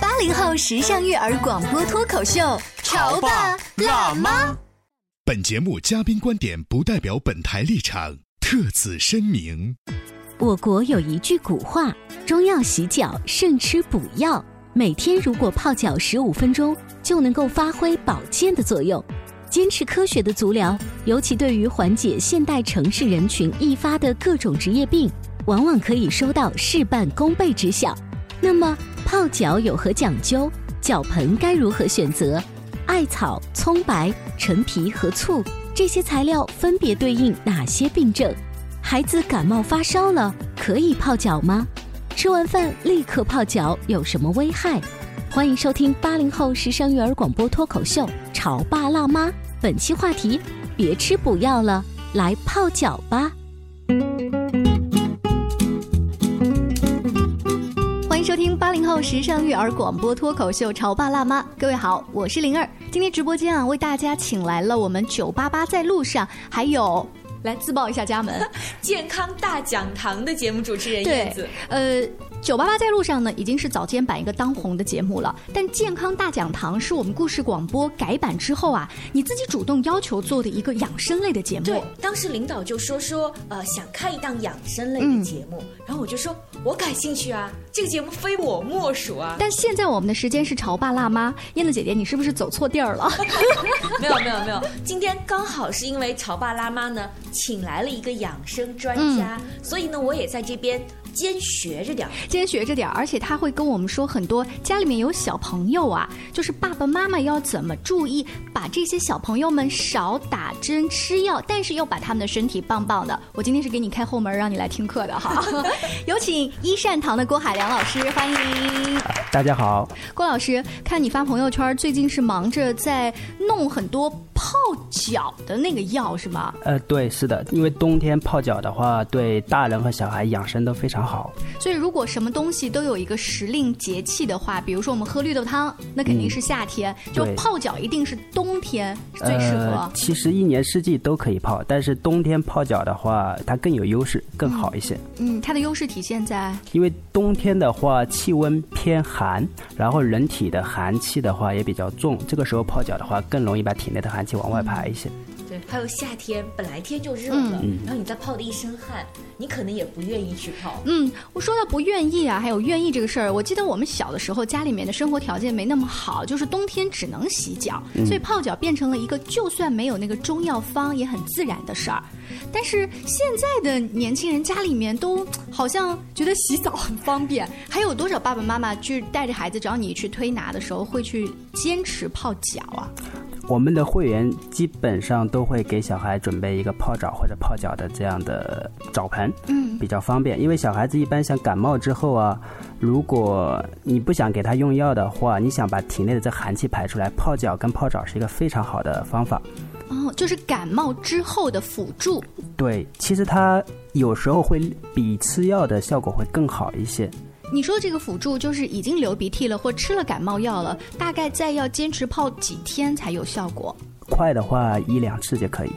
八零后时尚育儿广播脱口秀，潮爸辣妈。妈。本节目嘉宾观点不代表本台立场，特此声明。我国有一句古话：“中药洗脚，胜吃补药。”每天如果泡脚十五分钟，就能够发挥保健的作用。坚持科学的足疗，尤其对于缓解现代城市人群易发的各种职业病，往往可以收到事半功倍之效。那么，泡脚有何讲究？脚盆该如何选择？艾草、葱白、陈皮和醋这些材料分别对应哪些病症？孩子感冒发烧了，可以泡脚吗？吃完饭立刻泡脚有什么危害？欢迎收听八零后时尚育儿广播脱口秀《潮爸辣妈》，本期话题：别吃补药了，来泡脚吧。欢迎收听八零后时尚育儿广播脱口秀《潮爸辣妈》，各位好，我是灵儿。今天直播间啊，为大家请来了我们九八八在路上，还有来自报一下家门。健康大讲堂的节目主持人对燕子，呃，九八八在路上呢，已经是早间版一个当红的节目了。但健康大讲堂是我们故事广播改版之后啊，你自己主动要求做的一个养生类的节目。对，当时领导就说说，呃，想开一档养生类的节目，然后我就说，我感兴趣啊，这个节目非我莫属啊。 但现在我们的时间是潮爸辣妈，燕子姐姐，你是不是走错地儿了？没有没有没有，今天刚好是因为潮爸辣妈呢，请来了一个养生专家，所以呢，我也在这边兼学着点儿。今天学着点儿，而且他会跟我们说很多家里面有小朋友啊，就是爸爸妈妈要怎么注意，把这些小朋友们少打针吃药，但是又把他们的身体棒棒的。我今天是给你开后门，让你来听课的哈。有请一善堂的郭海良老师，欢迎大家好，郭老师。看你发朋友圈，最近是忙着在弄很多泡脚的那个药是吗？呃，对，是的，因为冬天泡脚的话，对大人和小孩养生都非常好。所以，如果什么东西都有一个时令节气的话，比如说我们喝绿豆汤，那肯定是夏天；就对泡脚一定是冬天是最适合呃。。其实一年四季都可以泡，但是冬天泡脚的话，它更有优势，更好一些。嗯，它的优势体现在因为冬天的话，气温偏寒，然后人体的寒气的话也比较重，这个时候泡脚的话，更容易把体内的寒气往外排一些。对，嗯还有夏天本来天就热了，然后你再泡的一身汗，你可能也不愿意去泡。嗯，我说到不愿意啊，还有愿意这个事儿，我记得我们小的时候家里面的生活条件没那么好，就是冬天只能洗脚，所以泡脚变成了一个就算没有那个中药方也很自然的事儿。但是现在的年轻人家里面都好像觉得洗澡很方便，还有多少爸爸妈妈去带着孩子，只要你去推拿的时候，会去坚持泡脚啊？我们的会员基本上都会给小孩准备一个泡澡或者泡脚的这样的澡盆，嗯，比较方便。因为小孩子一般像感冒之后啊，如果你不想给他用药的话，你想把体内的这寒气排出来，泡脚跟泡澡是一个非常好的方法。哦，就是感冒之后的辅助。对，其实它有时候会比吃药的效果会更好一些。你说这个辅助就是已经流鼻涕了或吃了感冒药了，大概再要坚持泡几天才有效果？快的话一两次就可以。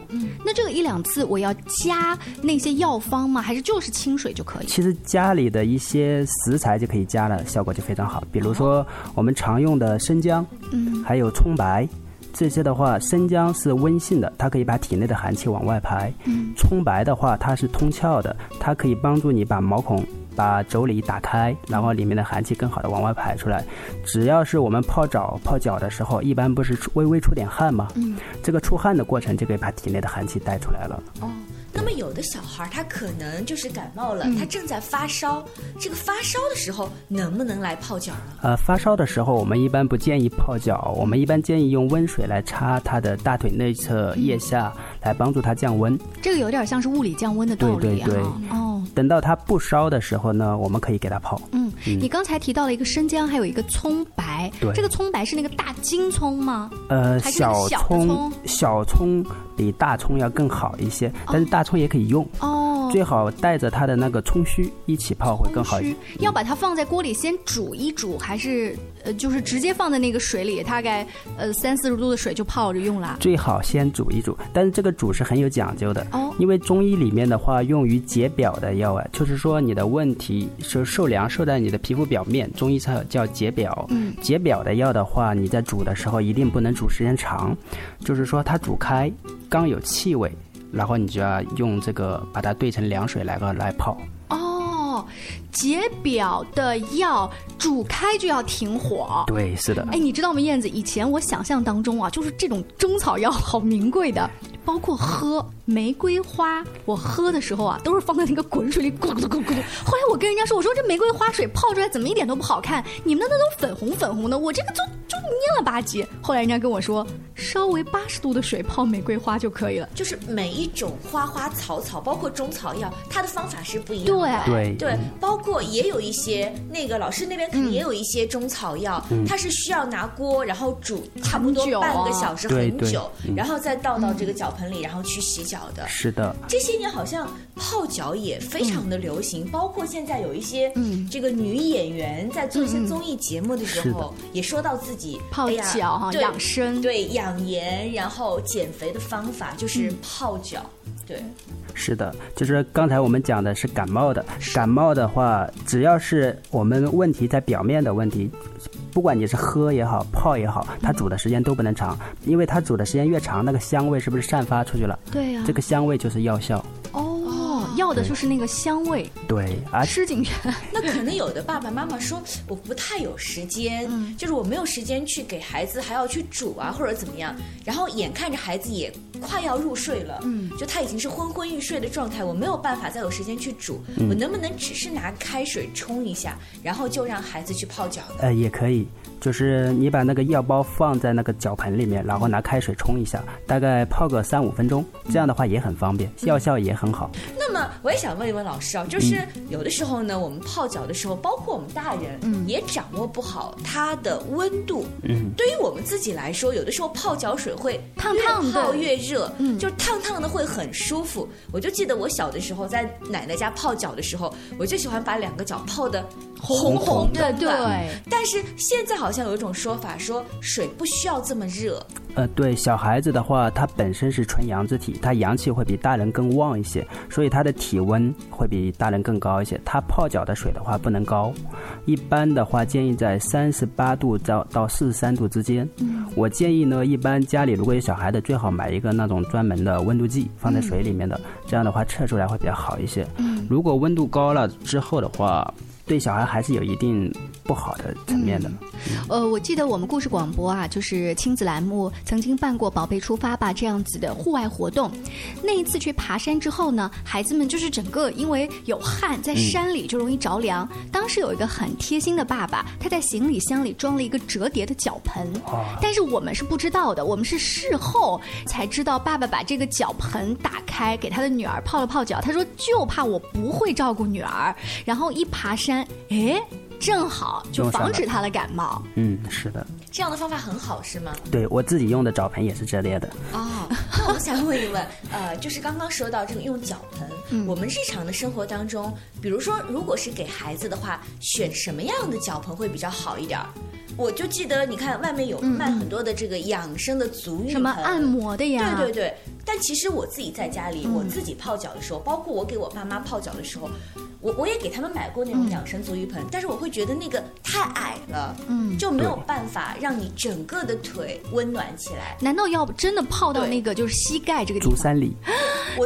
那这个一两次我要加那些药方吗？还是就是清水就可 以？其实家里的一些食材就可以加了，效果就非常好。比如说我们常用的生姜，哦嗯，还有葱白。这些的话，生姜是温性的，它可以把体内的寒气往外排。嗯、葱白的话，它是通窍的，它可以帮助你把毛孔、把妯娌打开，然后里面的寒气更好的往外排出来。只要是我们泡澡、泡脚的时候，一般不是出微微出点汗吗？嗯、这个出汗的过程就可以把体内的寒气带出来了。哦，那么有的小孩儿他可能就是感冒了，嗯他正在发烧，这个发烧的时候能不能来泡脚啊？呃，发烧的时候，我们一般不建议泡脚，我们一般建议用温水来擦他的大腿内侧、嗯腋下，来帮助他降温。这个有点像是物理降温的道理啊。对对对哦，等到他不烧的时候呢，我们可以给他泡。嗯，你刚才提到了一个生姜，还有一个葱白。对这个葱白是那个大金葱吗？呃，还是那个小的葱葱小葱比大葱要更好一些，但是大葱也可以用，哦，最好带着它的那个葱须一起泡会更好一些须。要把它放在锅里先煮一煮，还是呃，就是直接放在那个水里，大概呃三四十度的水就泡着用啦。嗯最好先煮一煮，但是这个煮是很有讲究的哦因为中医里面的话，用于解表的药啊，就是说你的问题是受凉受在你的皮肤表面，中医才叫解表。嗯解表的药的话，你在煮的时候一定不能煮时间长，就是说它煮开刚有气味，然后你就要用这个把它兑成凉水来个来泡。哦，解表的药煮开就要停火。对，是的。哎，你知道吗，燕子？以前我想象当中啊，就是这种中草药好名贵的，包括喝玫瑰花，我喝的时候啊，都是放在那个滚水里咕噜咕噜咕噜咕噜。后来我跟人家说，我说这玫瑰花水泡出来怎么一点都不好看？你们的那都粉红粉红的，我这个就就蔫了吧唧。后来人家跟我说，稍微八十度的水泡玫瑰花就可以了。就是每一种花花草草，包括中草药，它的方法是不一样的。对，对嗯对，包括也有一些那个老师那边可能也有一些中草药，嗯它是需要拿锅，然后煮差不多很久啊嗯半个小时，对嗯很对久，然后再倒到这个脚盆里，然后去洗脚的。是的，这些年好像泡脚也非常的流行，包括现在有一些嗯这个女演员在做一些综艺节目的时是候，也说到自己泡哎呀脚哈对养生对养颜，然后减肥的方法就是嗯泡脚。对，是的，就是刚才我们讲的是感冒的，感冒的话，只要是我们问题在表面的问题，不管你是喝也好，泡也好，它煮的时间都不能长，因为它煮的时间越长，那个香味是不是散发出去了？对啊呀、这个香味就是药效。哦，要的就是那个香味，对，而吃进去。那可能有的爸爸妈妈说我不太有时间，就是我没有时间去给孩子还要去煮啊或者怎么样，然后眼看着孩子也快要入睡了，嗯，就他已经是昏昏欲睡的状态，我没有办法再有时间去煮，我能不能只是拿开水冲一下，然后就让孩子去泡脚呢？呃也可以，就是你把那个药包放在那个脚盆里面，然后拿开水冲一下，大概泡个三五分钟，这样的话也很方便，药效也很好。那么我也想问一问老嗯师啊，就是有的时候呢，我们泡脚的时候，包括我们大人，嗯也掌握不好它的温度。嗯，对于我们自己来说，有的时候泡脚水会烫烫的越泡越热，嗯，就是烫烫的会很舒服。我就记得我小的时候在奶奶家泡脚的时候，我就喜欢把两个脚泡的红红的， 对对但是现在好像有一种说法说水不需要这么热，呃，对，小孩子的话，他本身是纯阳之体，他阳气会比大人更旺一些，所以他的体温会比大人更高一些。他泡脚的水的话不能高，一般的话建议在三十八度到到四十三度之间。我建议呢，一般家里如果有小孩的，最好买一个那种专门的温度计放在水里面的，这样的话测出来会比较好一些。如果温度高了之后的话，对小孩还是有一定不好的层面的。呃，我记得我们故事广播啊，就是亲子栏目曾经办过“宝贝出发吧”这样子的户外活动。那一次去爬山之后呢，孩子们就是整个因为有汗，在山里就容易着凉。当时有一个很贴心的爸爸，他在行李箱里装了一个折叠的脚盆，但是我们是不知道的，我们是事后才知道爸爸把这个脚盆打开给他的女儿泡了泡脚。他说就怕我不会照顾女儿，然后一爬山，哎，正好就用上防了止他的感冒。嗯，是的，这样的方法很好是吗？对我自己用的澡盆也是折叠的。哦，那我想问一问，呃，就是刚刚说到这个用脚盆，嗯我们日常的生活当中，比如说，如果是给孩子的话，选什么样的脚盆会比较好一点儿？我就记得，你看外面有卖很多的这个养生的足嗯浴什么盆按。摩的呀？嗯对对对，但其实我自己在家里，我自己泡脚的时候，包括我给我爸妈泡脚的时候，我我也给他们买过嗯那种养生足浴盆，但是我会觉得那个太矮了，嗯，就没有办法让你整个的腿温暖起来。难道要真的泡到那个就是膝盖这个地足方？三里，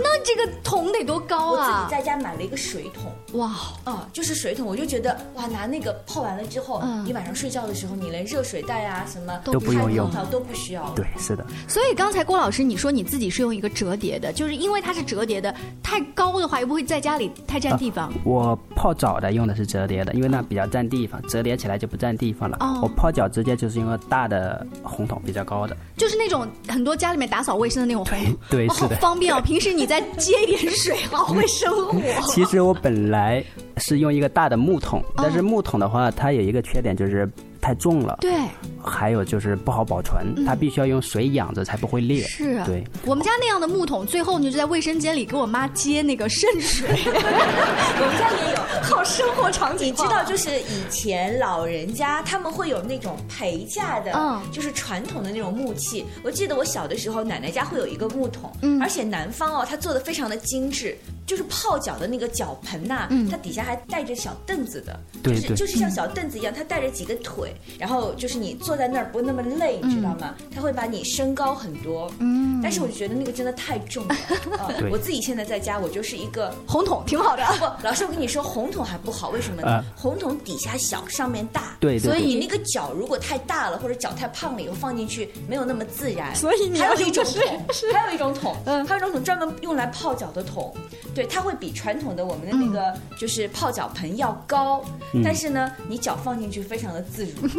那这个桶得多高我自啊己！在家买了一个水桶，哇，嗯啊、就是水桶，我就觉得哇，拿那个泡完了之后，嗯你晚上睡觉的时候，你连热水袋啊什么都不用开用空调都不需要。对，是的，所以刚才郭老师你说你自己是用一个折叠的，就是因为它是折叠的，太高的话又不会在家里太占地方。我泡澡的用的是折叠的，因为那比较占地方，折叠起来就不占地方了。哦我泡脚直接就是用个大的红桶，比较高的。就是那种很多家里面打扫卫生的那种红桶，对哦，是好的方便哦。平时你再接一点水，好会生活。 其实我本来是用一个大的木桶，但是木桶的话，它有一个缺点就是太重了，哦对，嗯还有就是不好保存，它必须要用水养着才不会裂。是啊对，我们家那样的木桶，最后呢就在卫生间里给我妈接那个渗水。我们家也有，好生活场景你知化道，就是以前老人家他们会有那种陪嫁的，嗯就是传统的那种木器。我记得我小的时候，奶奶家会有一个木桶，嗯而且南方哦，它做的非常的精致，就是泡脚的那个脚盆呐、嗯它底下还带着小凳子的，对就是对就是像小凳子一样，它带着几个腿，然后就是你坐在那儿不那么累，你知道吗？它会把你升高很多。嗯，但是我就觉得那个真的太重了。呃对我自己现在在家，我就是一个红桶挺好的。不，老师，我跟你说，红桶还不好，为什么呢？啊红桶底下小，上面大。对对所以对你那个脚如果太大了，或者脚太胖了以后放进去没有那么自然。所以你还要有一种用的嗯桶，还有一种桶，还有一种桶专门用来泡脚的桶，对，它会比传统的我们的嗯那个就是泡脚盆要高，但是呢，你脚放进去非常的 自如，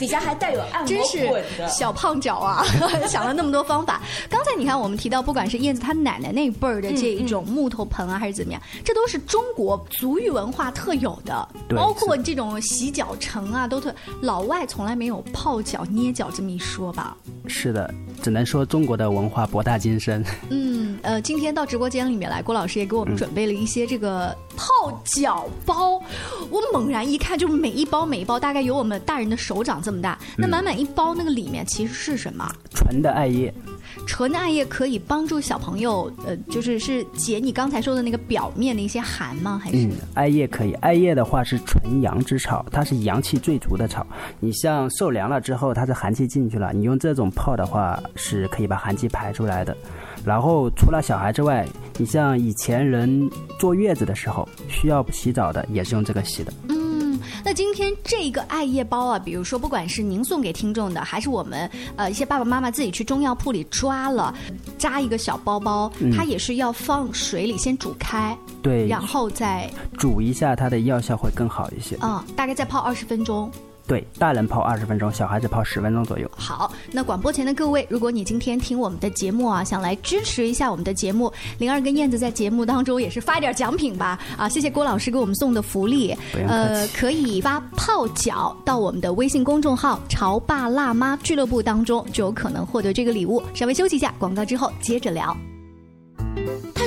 底下还带有按摩真是滚的。小胖脚啊！ 想了那么多方法。刚才你看，我们提到，不管是燕子她奶奶那一辈儿的这一种木头盆啊，还是怎么样，这都是中国足浴文化特有的，对包括这种洗脚城啊，都特老外从来没有泡脚、捏脚这么一说吧。是的，只能说中国的文化博大精深。 嗯，呃，今天到直播间里面来，郭老师也给我们准备了一些这个泡脚包。我猛然一看，就是每一包每一包大概有我们大人的手掌这么大，那满满一包那个里面其实是什么？纯的艾叶，纯的艾叶可以帮助小朋友，呃，就是是解你刚才说的那个表面的一些寒吗？还是、嗯，艾叶可以。艾叶的话是纯阳之草，它是阳气最足的草。你像受凉了之后，它是寒气进去了，你用这种泡的话是可以把寒气排出来的。然后除了小孩之外，你像以前人坐月子的时候需要洗澡的，也是用这个洗的。嗯那今天这个艾叶包啊，比如说不管是您送给听众的，还是我们呃一些爸爸妈妈自己去中药铺里抓了扎一个小包包，它也是要放水里先煮开，嗯对，然后再煮一下它的药效会更好一些。嗯大概再泡二十分钟。对，大人泡二十分钟，小孩子泡十分钟左右。好，那广播前的各位，如果你今天听我们的节目啊，想来支持一下我们的节目，灵儿跟燕子在节目当中也是发一点奖品吧。啊，谢谢郭老师给我们送的福利不，用客呃，可以发泡脚到我们的微信公众号“潮爸辣妈俱乐部”当中，就有可能获得这个礼物。稍微休息一下，广告之后接着聊。他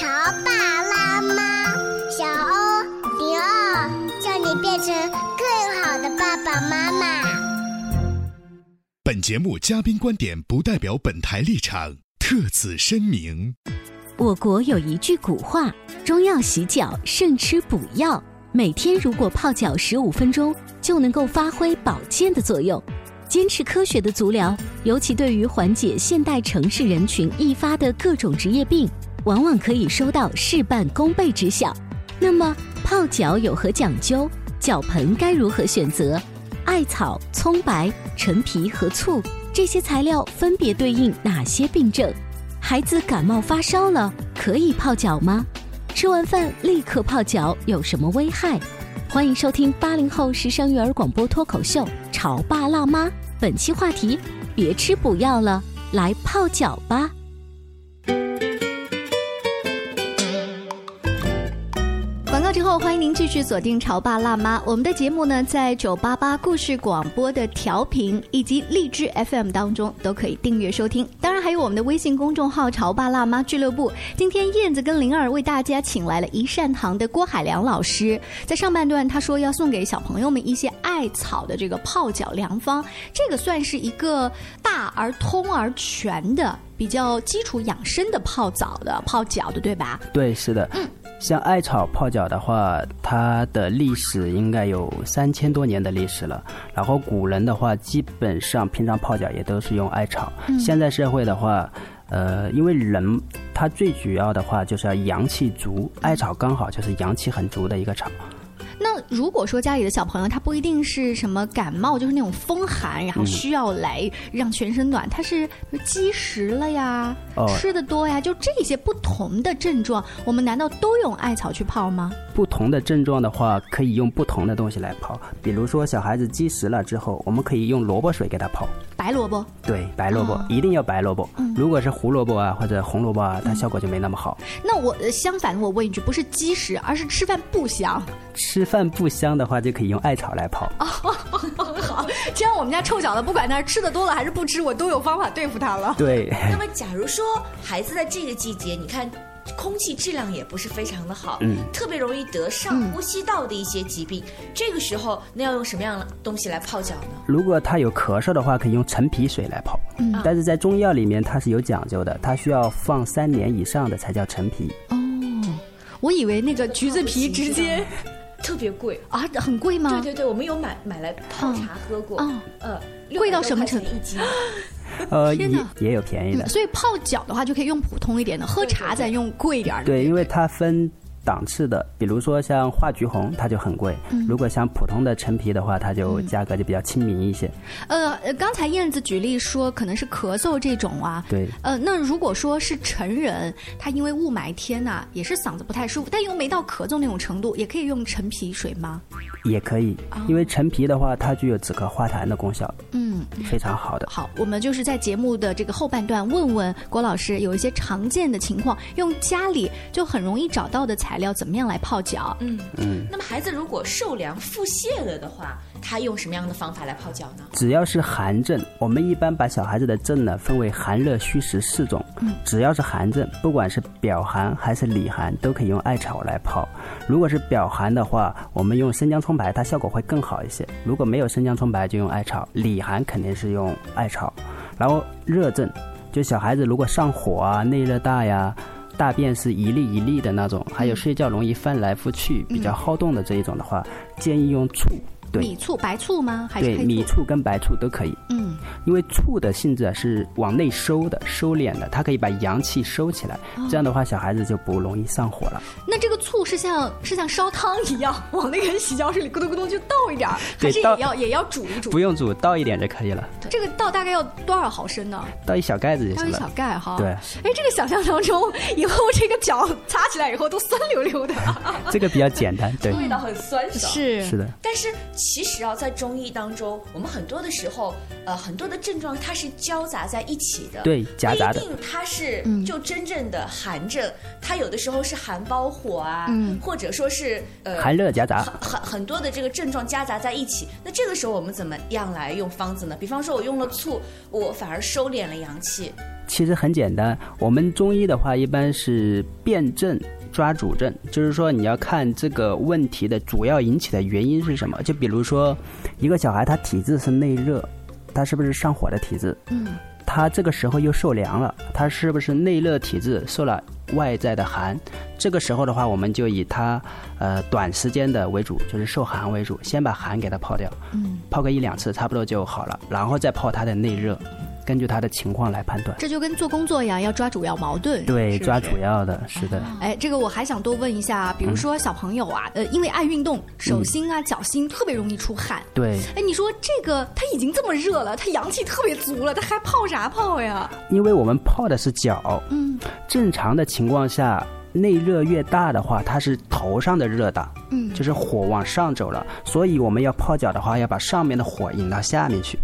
《潮爸辣妈》，小欧零二，叫你变成更好的爸爸妈妈。本节目嘉宾观点不代表本台立场，特此声明。我国有一句古话：“中药洗脚胜吃补药。”每天如果泡脚十五分钟，就能够发挥保健的作用。坚持科学的足疗，尤其对于缓解现代城市人群易发的各种职业病，往往可以收到事半功倍之效。那么，泡脚有何讲究？脚盆该如何选择？艾草、葱白、陈皮和醋这些材料分别对应哪些病症？孩子感冒发烧了可以泡脚吗？吃完饭立刻泡脚有什么危害？欢迎收听八零后时尚育儿广播脱口秀《潮爸辣妈》，本期话题：别吃补药了，来泡脚吧。广告之后，欢迎您继续锁定《潮爸辣妈》。我们的节目呢，在九八八故事广播的调频以及荔枝 FM 当中都可以订阅收听。当然，还有我们的微信公众号“潮爸辣妈俱乐部”。今天燕子跟灵儿为大家请来了一善堂的郭海良老师。在上半段，他说要送给小朋友们一些艾草的这个泡脚良方，这个算是一个大而通而全的。比较基础养生的泡澡的、泡脚的，对吧？对，是的。嗯，像艾草泡脚的话，它的历史应该有三千多年的历史了。然后古人的话，基本上平常泡脚也都是用艾草。嗯现在社会的话，呃，因为人他最主要的话就是要阳气足，艾草刚好就是阳气很足的一个草。那如果说家里的小朋友他不一定是什么感冒，就是那种风寒，然后嗯需要来让全身暖，他是积食了呀，哦吃的多呀，就这些不同的症状，我们难道都用艾草去泡吗？不同的症状的话，可以用不同的东西来泡。比如说小孩子积食了之后，我们可以用萝卜水给他泡。白萝卜，对，白萝卜、哦一定要白萝卜、如果是胡萝卜啊或者红萝卜啊，它效果就没那么好。那我呃相反，我问一句，不是积食，而是吃饭不香。吃饭不香的话，就可以用艾草来泡。哦好，这样我们家臭小子不管他是吃的多了还是不吃，我都有方法对付他了。对，那么，假如说孩子在这个季节，你看。空气质量也不是非常的好，嗯特别容易得上嗯呼吸道的一些疾病。这个时候，那要用什么样的东西来泡脚呢？如果他有咳嗽的话，可以用陈皮水来泡。嗯但是在中药里面它是有讲究的，它需要放三年以上的才叫 陈皮。我以为那个橘子皮直接特别贵啊，很贵吗？对对对，我们有买买来泡茶喝过，嗯呃，贵到什么程度一斤？呃，天也哪也有便宜的嗯，。所以泡脚的话就可以用普通一点的，喝茶咱用贵一点的。对，因为它分档次的，比如说像画菊红，它就很贵；嗯如果像普通的陈皮的话，它就价格就比较亲民一些。呃，呃刚才燕子举例说可能是咳嗽这种啊。对，呃，那如果说是成人，他因为雾霾天呐、也是嗓子不太舒服，但又没到咳嗽那种程度，也可以用陈皮水吗？也可以，哦因为陈皮的话，它具有止咳化痰的功效，嗯，非常好的。好，我们就是在节目的这个后半段问问郭老师，有一些常见的情况，用家里就很容易找到的材料，怎么样来泡脚？嗯嗯那么孩子如果受凉腹泻了的话，他用什么样的方法来泡脚呢？只要是寒症，我们一般把小孩子的症呢分为寒热虚实四种。嗯只要是寒症，不管是表寒还是里寒，都可以用艾草来泡。如果是表寒的话，我们用生姜葱白，它效果会更好一些。如果没有生姜葱白，就用艾草。里寒肯定是用艾草。然后热症，就小孩子如果上火啊、内热大呀。大便是一粒一粒的那种，还有睡觉容易翻来覆去、比较好动的这一种的话，建议用醋。对，米醋、白醋吗？还是对，黑米醋？醋跟白醋都可以。嗯，因为醋的性质啊是往内收的、收敛的，它可以把阳气收起来哦。这样的话，小孩子就不容易上火了。那这个醋是像是像烧汤一样，往那个洗脚水里咕咚咕咚就倒一点儿，还对是也倒要也要煮一煮？不用煮，倒一点就可以了，这个倒大概要多少毫升呢？倒一小盖子就倒行一小了。盖哈。对哎，这个想象当中，以后这个脚擦起来以后都酸溜 溜的。这个比较简单， 对，味道很酸爽。是是的。但是其实啊，在中医当中，我们很多的时候，呃，很多的症状它是交杂在一起的，对夹杂的不一定它是嗯就真正的寒症，它有的时候是寒包火啊，嗯或者说是呃寒热夹杂很很很多的这个症状夹杂在一起。那这个时候我们怎么样来用方子呢？比方说，我用了醋，我反而收敛了阳气，其实很简单，我们中医的话一般是辨证抓主症，就是说你要看这个问题的主要引起的原因是什么。就比如说，一个小孩他体质是内热，他是不是上火的体质？嗯，他这个时候又受凉了，他是不是内热体质受了外在的寒？这个时候的话，我们就以他呃短时间的为主，就是受寒为主，先把寒给他泡掉，嗯泡个一两次差不多就好了，然后再泡他的内热。根据他的情况来判断。这就跟做工作一样，要抓主要矛盾。对，是不抓是主要的，是的。哎，这个我还想多问一下，比如说小朋友嗯啊，呃，因为爱运动，手心啊、脚心特别容易出汗。对，哎，你说这个他已经这么热了，他阳气特别足了，他还泡啥泡呀？因为我们泡的是脚，嗯，正常的情况下，内热越大的话，它是头上的热大，嗯就是火往上走了，所以我们要泡脚的话，要把上面的火引到下面去，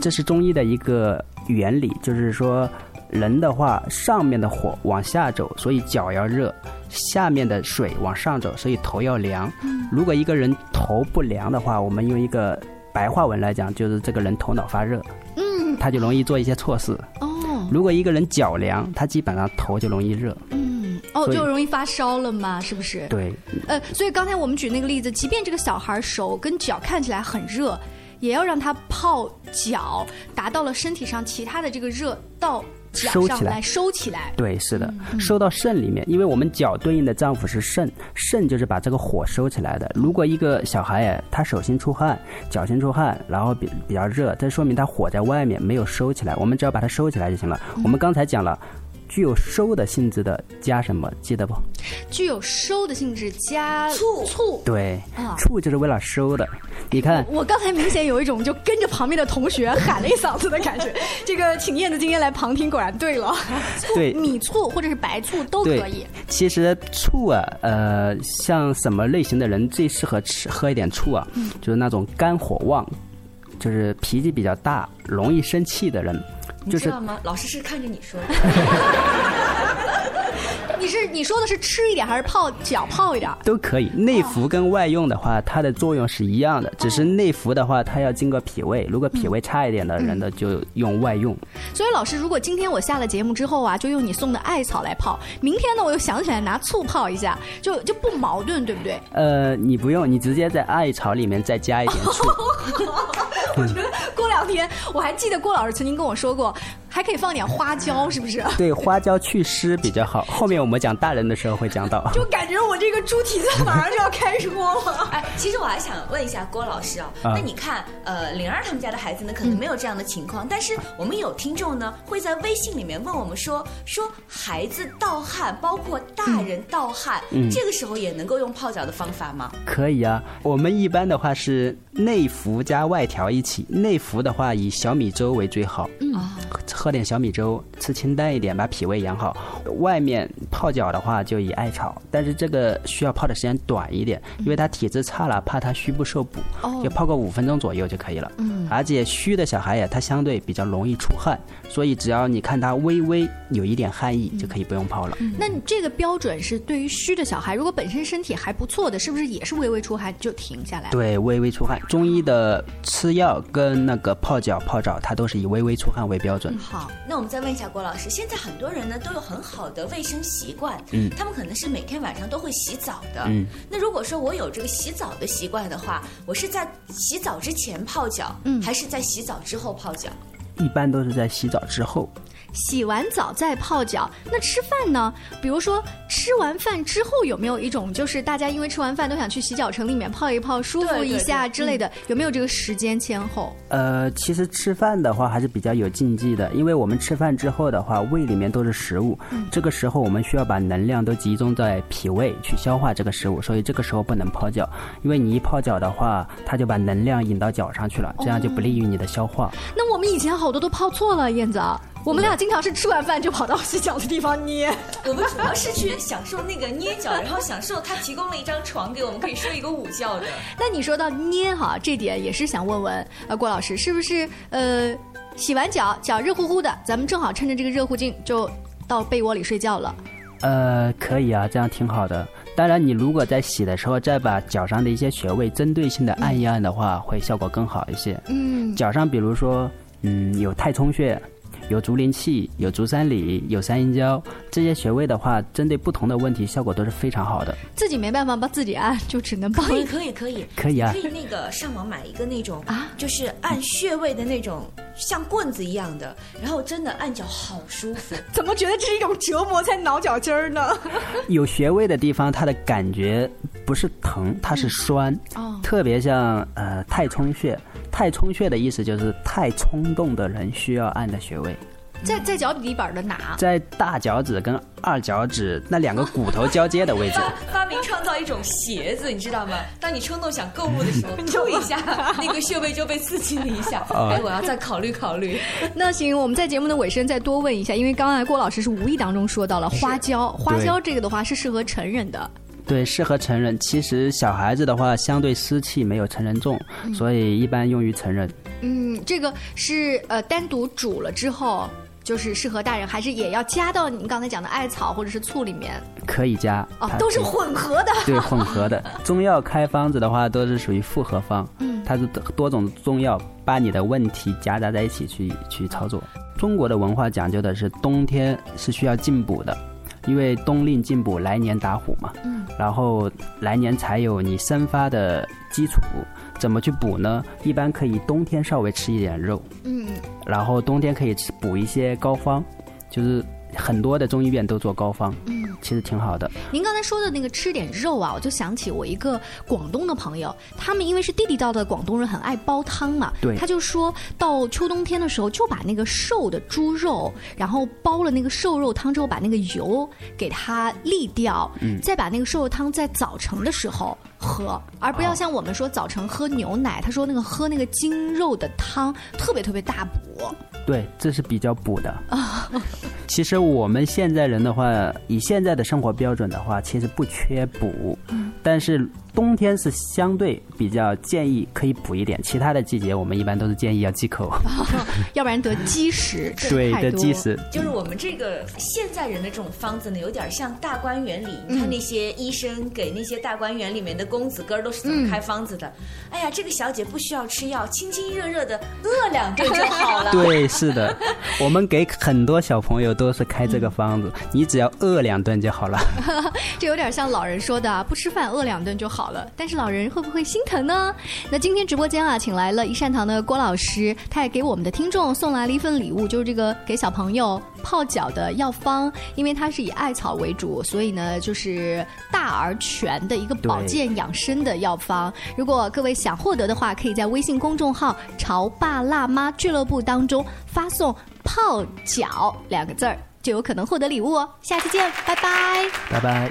这是中医的一个原理，就是说。人的话，上面的火往下走，所以脚要热；下面的水往上走，所以头要凉。嗯如果一个人头不凉的话，我们用一个白话文来讲，就是这个人头脑发热。嗯，他就容易做一些错事。哦，如果一个人脚凉，他基本上头就容易热。嗯，哦，所以就容易发烧了嘛，是不是？。对，呃，所以刚才我们举那个例子，即便这个小孩手跟脚看起来很热，也要让他泡脚，达到了身体上其他的这个热到脚收上起来来收起来。对，是的，收到肾里面，因为我们脚对应的脏腑是肾，肾就是把这个火收起来的。如果一个小孩哎，他手心出汗，脚心出汗，然后比比较热，这说明他火在外面没有收起来，我们只要把它收起来就行了。我们刚才讲了。具有收的性质的加什么？记得不？具有收的性质加醋醋。对啊，醋就是为了收的。你看，我刚才明显有一种就跟着旁边的同学喊了一嗓子的感觉。这个请燕子今天来旁听，果然对了。醋对米醋或者是白醋都对，可以。其实醋啊，呃，像什么类型的人最适合吃喝一点醋啊？嗯就是那种肝火旺，就是脾气比较大、容易生气的人，你就知是道吗？老师是看着你说的。你是你说的是吃一点还是泡脚泡一点？都可以。内服跟外用的话，它的作用是一样的，只是内服的话，它要经过脾胃，如果脾胃差一点的人呢，就用外用。所以老师，如果今天我下了节目之后啊，就用你送的艾草来泡，明天呢我又想起来拿醋泡一下，就就不矛盾，对不对？呃，你不用，你直接在艾草里面再加一点醋。我觉得 过两天，我还记得郭老师曾经跟我说过，还可以放点花椒，是不是？ 对，花椒祛湿比较好。后面我们讲大人的时候会讲到。就感觉我这个猪蹄子马上就要开锅了。 哎，其实我还想问一下郭老师啊，啊那你看，呃，灵儿他们家的孩子呢，可能没有这样的情况，但是我们有听众呢会在微信里面问我们说，说孩子盗汗，包括大人盗汗，嗯这个时候也能够用泡脚的方法吗？可以啊，我们一般的话是内服加外调一起。内服的话以小米粥为最好，嗯喝点小米粥，吃清淡一点，把脾胃养好。外面泡脚的话就以艾草，但是这个需要泡的时间短一点，因为他体质差了，怕他虚不受补，嗯哦就泡个五分钟左右就可以了。嗯而且虚的小孩呀，他相对比较容易出汗，所以只要你看他微微有一点汗嗯意，就可以不用泡了。那你这个标准是对于虚的小孩，如果本身身体还不错的，是不是也是微微出汗就停下来？，对，微微出汗。中医的吃药跟那个泡脚、泡澡，它都是以微微出汗为标准。好，那我们再问一下郭老师，现在很多人呢都有很好的卫生习惯，嗯他们可能是每天晚上都会洗澡的，嗯那如果说我有这个洗澡的习惯的话，我是在洗澡之前泡脚，嗯，还是在洗澡之后泡脚？一般都是在洗澡之后。洗完澡再泡脚。那吃饭呢？比如说吃完饭之后有没有一种就是大家因为吃完饭都想去洗脚城里面泡一泡，舒服对对一下对嗯之类的，有没有这个时间先后？呃，其实吃饭的话还是比较有禁忌的，因为我们吃饭之后的话，胃里面都是食物，这个时候我们需要把能量都集中在脾胃去消化这个食物，所以这个时候不能泡脚，因为你一泡脚的话，它就把能量引到脚上去了，这样就不利于你的消化。那我们以前好多都泡错了，燕子。我们俩经常是吃完饭就跑到洗脚的地方捏。我们主要是去享受那个捏脚，然后享受他提供了一张床给我们，可以睡一个午觉的。那你说到捏哈，这点也是想问问呃郭老师，是不是呃洗完脚脚热乎乎的，咱们正好趁着这个热乎劲就到被窝里睡觉了？呃，可以啊，这样挺好的。当然，你如果在洗的时候再把脚上的一些穴位针对性的按一按的话，会效果更好一些。嗯脚上比如说，嗯，有太冲穴，有足临气，有足三里，有三阴交，这些穴位的话，针对不同的问题，效果都是非常好的。自己没办法帮自己按，就只能 帮 可以可以可以可以啊可以那个上网买一个那种啊，就是按穴位的那种像棍子一样的，然后真的按脚好舒服。怎么觉得这是一种折磨在挠脚筋儿呢？有穴位的地方，它的感觉不是疼，它是酸，哦特别像呃太冲穴。太冲穴的意思就是太冲动的人需要按的穴位， 在在脚底板的哪？在大脚趾跟二脚趾那两个骨头交接的位 置。发明创造一种鞋子，你知道吗？当你冲动想购物的 时候，抽一下，那个穴位就被刺激了一下。啊哎，我要再考虑考虑。 那行，我们在节目的尾声再多问一下，因为刚才郭老师是无意当中说到了花椒，花椒这个的话是适合成人的。对，适合成人。其实小孩子的话，相对湿气没有成人重，嗯所以一般用于成人。嗯，这个是呃单独煮了之后，就是适合大人，还是也要加到您刚才讲的艾草或者是醋里面？可以加哦它，都是可以混合的。对，混合的中药开方子的话，都是属于复合方，嗯它是多种中药把你的问题夹杂在一起去去操作。中国的文化讲究的是冬天是需要进补的，因为冬令进补，来年打虎嘛，嗯然后来年才有你生发的基础。怎么去补呢？一般可以冬天稍微吃一点肉，嗯然后冬天可以吃补一些膏方，就是很多的中医院都做膏方，嗯。其实挺好的。您刚才说的那个吃点肉啊，我就想起我一个广东的朋友，他们因为是地地道道的广东人，很爱煲汤嘛。对他就说到秋冬天的时候，就把那个瘦的猪肉，然后煲了那个瘦肉汤之后，把那个油给它沥掉，嗯再把那个瘦肉汤在早晨的时候喝，而不要像我们说早晨喝牛奶。他说那个喝那个精肉的汤特别特别大补对，这是比较补的。啊。 其实我们现在人的话，以现在的生活标准的话，其实不缺补，嗯但是冬天是相对比较建议可以补一点，其他的季节我们一般都是建议要忌口。 要不然得积食，吃对哦太得多积食就是我们这个现在人的这种方子呢，有点像大观园里，你看那些医生给那些大观园里面的公子哥儿都是怎么开方子的。哎呀，这个小姐不需要吃药，清清热热的饿两顿就好了。对，是的，我们给很多小朋友都是开这个方子，嗯你只要饿两顿就 好了。这有点像老人说的啊，不吃饭饿两顿就好了。但是老人会不会心疼呢？那今天直播间啊，请来了一善堂的郭老师，他也给我们的听众送来了一份礼物，就是这个给小朋友泡脚的药方，因为它是以艾草为主，所以呢，就是大而全的一个保对健养生的药方。如果各位想获得的话，可以在微信公众号“潮爸辣妈俱乐部”当中发送“泡脚”两个字儿，就有可能获得礼物哦。下期见，拜拜。拜拜。